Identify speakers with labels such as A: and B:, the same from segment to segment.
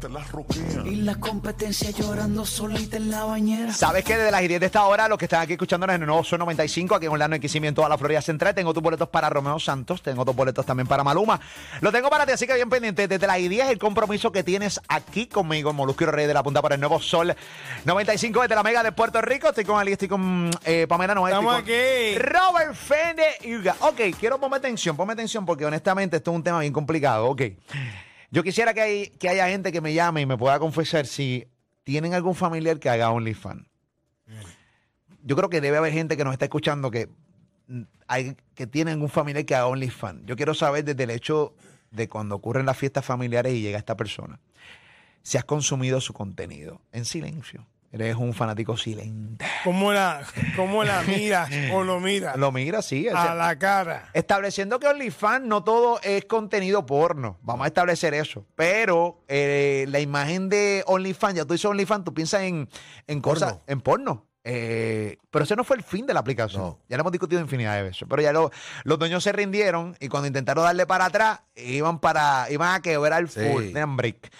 A: te las roquean.
B: Y la competencia llorando solita en la bañera.
C: ¿Sabes que Desde las 10 de esta hora, los que están aquí escuchándonos en el nuevo Sol 95, aquí en Orlando, en Quisimiento, a la Florida Central, tengo tus boletos para Romeo Santos, tengo tus boletos también para Maluma. Lo tengo para ti, así que bien pendiente. Desde las 10, el compromiso que tienes aquí conmigo, en Molusco y Rey de la Punta para el nuevo Sol 95 desde la Mega de Puerto Rico. Estoy con Ali, estoy con eh, Pamela Noel. estoy
D: Estamos
C: con
D: aquí.
C: Robert Fende Yuga. Ok, quiero ponme atención, ponme atención, porque honestamente esto es un tema bien complicado. Ok. Yo quisiera que, hay- que haya gente que me llame y me pueda confesar si tienen algún familiar que haga OnlyFans. Yo creo que debe haber gente que nos está escuchando que, mm, hay, que tiene algún familiar que haga OnlyFans. Yo quiero saber desde el hecho de cuando ocurren las fiestas familiares y llega esta persona, si has consumido su contenido en silencio. Eres un fanático silente.
D: ¿Cómo la, cómo la miras o lo miras?
C: Lo mira, sí. o sea,
D: a la cara.
C: Estableciendo que OnlyFans no todo es contenido porno. Vamos a establecer eso. Pero eh, la imagen de OnlyFans, ya tú dices OnlyFans, tú piensas en, en cosas, en porno. Eh, pero ese no fue el fin de la aplicación. Ya lo hemos discutido infinidad de veces. Pero ya lo- los dueños se rindieron y cuando intentaron darle para atrás, iban para iban a quebrar el full. Tenían break.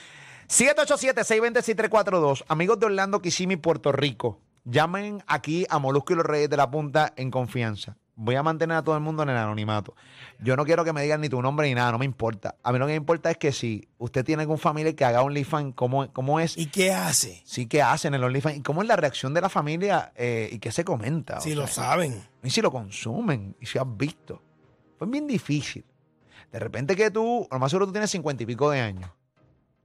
C: 787-620-6342. Amigos de Orlando, Kissimmee, Puerto Rico. Llamen aquí a Molusco y los Reyes de la Punta en confianza. Voy a mantener a todo el mundo en el anonimato. Yo no quiero que me digan ni tu nombre ni nada, no me importa. A mí lo que me importa es que si usted tiene algún familia que haga OnlyFans, ¿cómo, ¿cómo es?
D: ¿Y qué hace?
C: Sí, que hacen el OnlyFans? ¿Y cómo es la reacción de la familia? eh, ¿Y qué se comenta? O
D: Si lo
C: sea,
D: saben.
C: y si lo consumen y si has visto. Fue bien difícil. De repente que tú, a lo más seguro tú tienes cincuenta y pico de años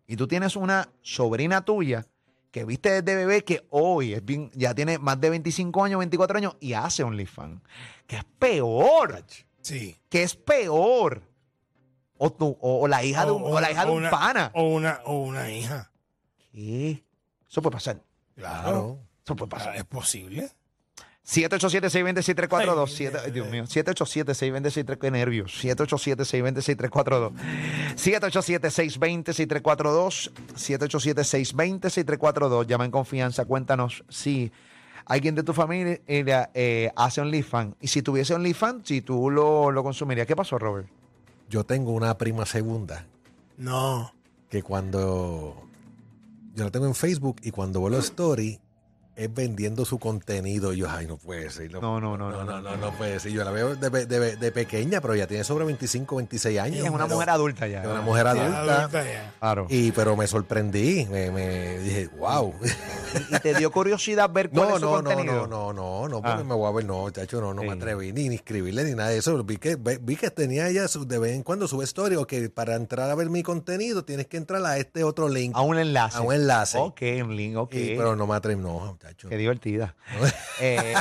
C: y tú tienes una sobrina tuya que viste desde bebé que hoy es bien, ya tiene más de 25 años, 24 años y hace OnlyFans. Que es peor.
D: Sí.
C: Que es peor. O, tú, o, o la hija de un,
D: O-
C: o la hija
D: o
C: de un
D: una-
C: pana.
D: O una, o una hija.
C: ¿Qué? Eso puede pasar.
D: Claro. Ah,
C: Eso puede pasar.
D: ¿Es posible?
C: 787-620-6342.
D: Ay,
C: Siete- ay, Dios
D: eh.
C: mío. 787-620-6342. Qué nervios. 787-620-6342. 787-620-6342. 787-620-6342. Llama en confianza. Cuéntanos si alguien de tu familia eh, hace OnlyFans. Y si tuviese OnlyFans, si tú lo, lo consumirías. ¿Qué pasó, Robert?
E: Yo tengo una prima segunda
D: No.
E: que cuando yo la tengo en Facebook y cuando veo los story es vendiendo su contenido. Y yo, ay, no puede ser.
C: No, no, no, no,
E: No, no, no, no puede ser. Yo la veo de, pe- de pe- de pequeña, pero ya tiene sobre 25, 26 años.
C: Ella es una
E: pero-
C: mujer adulta ya.
E: es una mujer adulta.
D: Adulta ya.
C: Claro. Y,
E: Y, pero me sorprendí. Me, me dije, wow.
C: y te dio curiosidad ver cuál
E: No,
C: es su
E: no, no,
C: contenido.
E: no, no, no, no, porque
C: Ah.
E: me voy a ver, no, chacho, no, no
C: Sí.
E: me atreví ni, ni escribirle ni nada de eso. Vi que, ve- vi que tenía ella su- de vez en cuando su historia, o que para entrar a ver mi contenido tienes que entrar a este otro link,
C: A un enlace.
E: a un enlace.
C: Ok, un link, Ah, ok.
E: Y- pero no me atreví, no, chacho.
C: Qué divertida. Eh,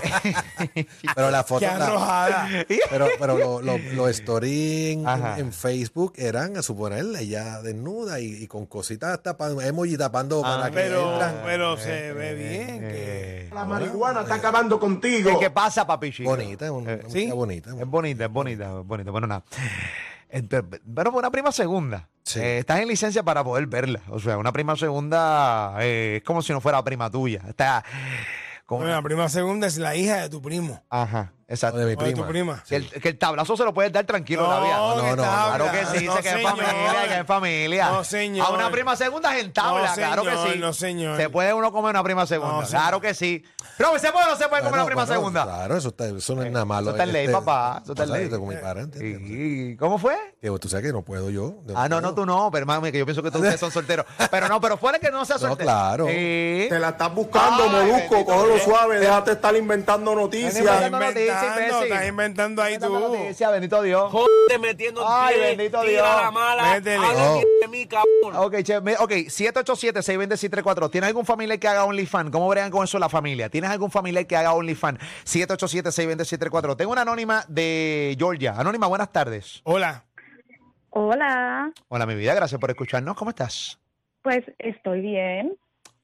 E: Pero la foto,
D: Qué arrojada.
E: pero, pero lo- lo- los stories en,
C: Ajá.
E: en Facebook eran, a suponerle, ella desnuda y, y con cositas tapando, emoji tapando
C: Ah,
E: para que
D: Pero,
E: entran.
D: pero se ve bien. que-
C: eh,
A: La marihuana está acabando contigo.
C: ¿Qué pasa, papi chico?
E: Bonita, es una,
C: Eh,
E: una
D: ¿sí?
E: muchacha bonita.
C: Es bonita, es bonita, es bonita. Bueno, nada. Entonces, pero fue una prima segunda.
E: Sí.
C: Eh, estás en licencia para poder verla. O sea, una prima segunda eh, es como si no fuera prima tuya. Está con...
D: Bueno, la prima segunda es la hija de tu primo.
C: Ajá,
E: O de
C: exacto.
E: mi
D: O de
E: prima.
D: tu prima.
C: Que, el, que el tablazo se lo puedes dar tranquilo la vida.
E: no,
D: ¿qué
E: no,
D: estás
C: Claro que
D: hablando?
C: sí, dice
D: No,
C: que es
D: señor.
C: familia, que es familia.
D: No, señor.
C: A una prima segunda es en tabla,
D: No,
C: claro que
D: señor,
C: sí.
D: no, señor.
C: Se puede uno comer una prima segunda,
D: No,
C: claro
D: señor.
C: que sí. Robert, ¿se puede o no se puede comer una
E: Bueno,
C: Ah, prima
E: bueno,
C: segunda?
E: Ah,
C: Eh,
E: Claro, eso, está, eso no es nada malo.
C: Eso está en ley,
E: Este,
C: papá. Eso está en
E: pasa,
C: ley. Eh,
E: yo tengo mi padre, ¿entiendes?
C: ¿Y ¿Cómo fue?
E: Digo, tú sabes este, que no puedo yo.
C: Ah, no, no, tú no, pero mami, que yo pienso que todos ustedes son solteros. Pero no, pero fuera que no sea
E: No,
C: soltero.
E: claro.
C: Sí.
A: Te la estás buscando,
C: Ay,
A: Molusco.
C: bendito
A: Cógelo
C: Dios.
A: suave, déjate estar inventando
C: Estás
A: noticias.
D: inventando,
C: noticias, imbécil.
D: estás inventando ahí
C: Esta
D: tú.
C: noticia, bendito Dios.
F: metiendo
C: Ay, bendito Dios.
D: Métele.
E: No.
C: Ok, che, me- ok, 787-620-634. ¿Tienes algún familiar que haga OnlyFans? ¿Cómo bregan con eso la familia? ¿Tienes algún familiar que haga OnlyFans? 787-620-634. Tengo una anónima de Georgia. Anónima, buenas tardes.
D: Oh, Hola.
G: Hola,
C: Hola, mi vida, gracias por escucharnos. ¿Cómo estás?
G: pues estoy bien.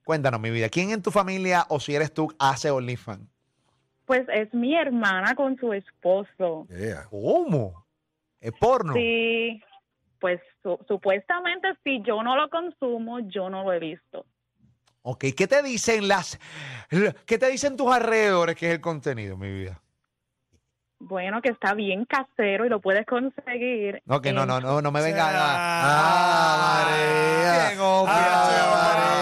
C: Cuéntanos, mi vida. ¿Quién en tu familia o si eres tú hace OnlyFans?
G: Pues es mi hermana con su esposo.
E: Yeah.
C: ¿Cómo? ¿Es porno?
G: Sí, pues su- supuestamente si yo no lo consumo, yo no lo he visto.
C: Ok, ¿qué te dicen las... ¿Qué te dicen tus alrededores que es el contenido, mi vida?
G: Bueno, que está bien casero y lo puedes conseguir.
C: No, que no,
G: en-
C: no, no, no me venga...
D: Ah,
C: Ah,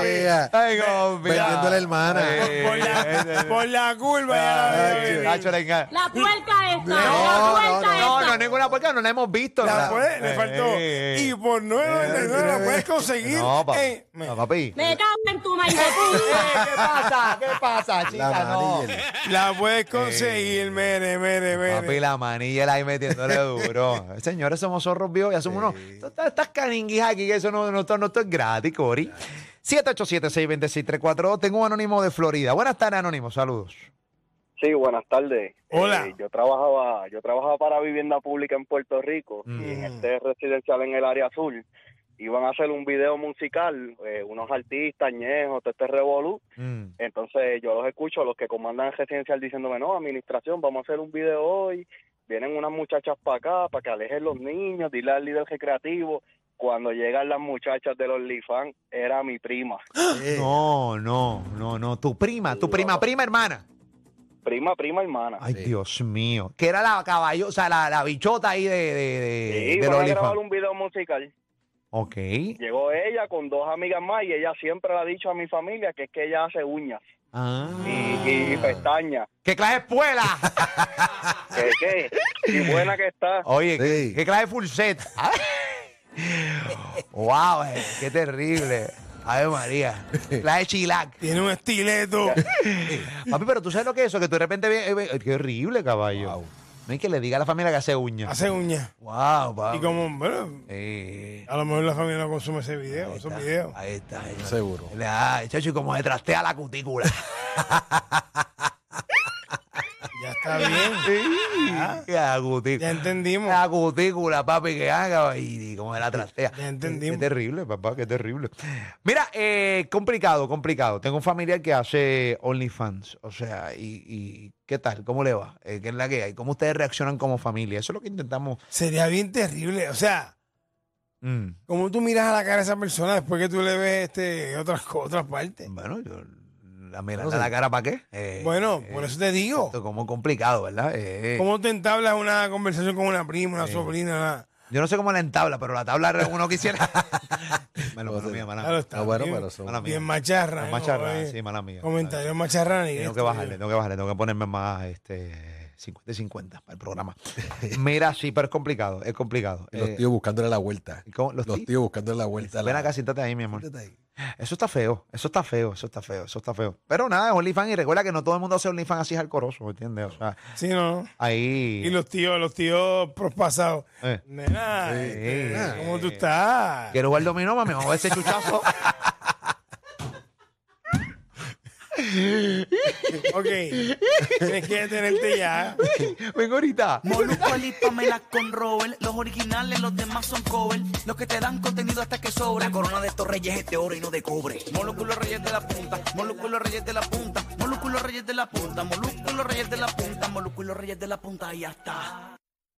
D: Ah,
C: María.
E: hermana.
C: Ay, confía.
E: Vendiendo la hermana.
C: Eh,
D: Por la, por la curva ya la
E: Ay,
D: veo
E: qué-
D: venir.
C: Ah, Nacho, la enga-
F: La puerta esta,
E: Mm. No,
F: la
E: no,
F: puerta
C: No,
F: esta.
C: no es ninguna puerca, no la hemos visto.
D: La
C: nada.
D: puede- le faltó.
C: Eh,
D: Y por 9.99 la puedes conseguir.
C: No, pa-
D: en- me-
C: no, papi.
F: Me cago en tu madre.
C: Eh, ¿Qué pasa? ¿Qué pasa,
E: La
C: chica? No.
E: amarilla.
D: La puedes conseguir, mere, mere,
C: Eh, Papi,
D: mere.
C: la manilla él ahí metiéndole duro. Señores, somos zorros viejos y hacemos unos. Estas, estas caninguis aquí, que eso no, no, no, no es gratis, Cori. 787-626-342. Tengo un anónimo de Florida. Buenas tardes, anónimo. Saludos.
H: Sí, buenas tardes.
D: Hola.
H: Eh, yo trabajaba, yo trabajaba para vivienda pública en Puerto Rico
C: Mm.
H: y en este residencial en el área azul. Iban a hacer un video musical, eh, unos artistas, ñejos, todo este revolú.
C: Mm.
H: Entonces yo los escucho, los que comandan el residencial diciéndome, no, administración, vamos a hacer un video hoy. Vienen unas muchachas para acá, para que alejen los niños, dile al líder recreativo. Cuando llegan las muchachas de los Lifan, era mi prima.
E: Eh,
C: No, no, no, no. Tu prima, tu prima, prima hermana.
H: Prima, prima, hermana.
C: Ay, Dios mío. Que era la caballo, o sea, la, la bichota ahí de, de, de, del
H: Sí, van a
C: OnlyFans.
H: grabar un video musical.
C: Ok.
H: Llegó ella con dos amigas más y ella siempre le ha dicho a mi familia que es que ella hace uñas
C: Ah.
H: y, y pestañas.
C: ¡Qué clase de espuela!
H: Que, que, y buena que está.
C: Oye,
E: Sí.
C: ¿qué, qué clase de full set. wow, eh, qué terrible. Ave María. La de chilac.
D: Tiene un estileto.
C: Papi, pero tú sabes lo que es eso, que tú de repente ves- eh, ves- eh, qué horrible, caballo. No hay que le diga a la familia que hace uña.
D: Hace uñas.
C: Wow, papi.
D: Y como, bueno,
C: Eh,
D: a lo mejor la familia no consume ese video,
C: ahí
D: esos
C: está,
D: videos.
C: Ahí está. señor.
E: Seguro.
C: Ah, chacho, y como se trastea la cutícula.
D: Ya está bien.
C: Ah, la
D: Ya
C: cutícula.
D: entendimos.
C: La cutícula, papi, que haga y, y como se la trastea.
D: Ya entendimos.
C: Qué terrible, papá, qué terrible. Mira, eh, complicado, complicado. Tengo un familiar que hace OnlyFans. O sea, y, y ¿qué tal? ¿Cómo le va? Eh, ¿Qué es la que hay? ¿Cómo ustedes reaccionan como familia? Eso es lo que intentamos.
D: Sería bien terrible. O sea,
C: Mm,
D: como tú miras a la cara de esa persona después que tú le ves este, otras, co- otras partes.
C: Bueno, yo la mirada a la cara para qué. Eh,
D: Bueno,
C: eh,
D: por eso te digo.
C: esto como complicado, ¿verdad? Eh,
D: ¿Cómo te entablas una conversación con una prima, una sobrina?
E: Ah.
D: Una...
C: Yo no sé cómo la entabla, pero la tabla era uno quisiera. bueno, mala mía, mala
D: Claro, está
E: Ah, bueno,
D: bien,
E: pero son-
C: mala mía.
D: bien macharra.
C: Las
D: ¿no?
C: macharras,
D: Oye,
C: sí, mala mía.
D: Comentarios macharranes.
C: Tengo que
D: esto,
C: bajarle,
D: oye.
C: tengo que bajarle, tengo que ponerme más este 50 y 50 para el programa. Mira, sí, pero es complicado, es complicado.
E: Y Los
C: Eh,
E: tíos buscándole la vuelta.
C: ¿cómo? Los
E: Los,
C: tíos.
E: tíos buscándole la vuelta. a la-
C: Ven acá, siéntate ahí, mi amor.
E: Siéntate ahí.
C: Eso está feo, eso está feo, eso está feo, eso está feo. Pero nada, es OnlyFans y recuerda que no todo el mundo hace OnlyFans así alcoroso, ¿me entiendes? O sea,
D: Sí, no, no.
C: ahí...
D: Y los tíos, los tíos prospasados.
C: Eh.
D: Nena,
E: Sí,
D: este,
E: nena.
D: ¿cómo tú estás?
C: Quiero jugar dominó, mami, vamos a ver ese chuchazo.
D: Ok. Tienes que detenerte ya.
C: Vengo ahorita.
B: Molusco, Ali, Pamela con Robert. Los originales, los demás son cover. Los que te dan contenido hasta que sobre. La corona de estos reyes es de oro y no de cobre. Molusco, los reyes de la punta. Molusco, los reyes de la punta. Molusco, los reyes de la punta. Molusco, los reyes de la punta. Molusco, los reyes de la punta. Y ya está.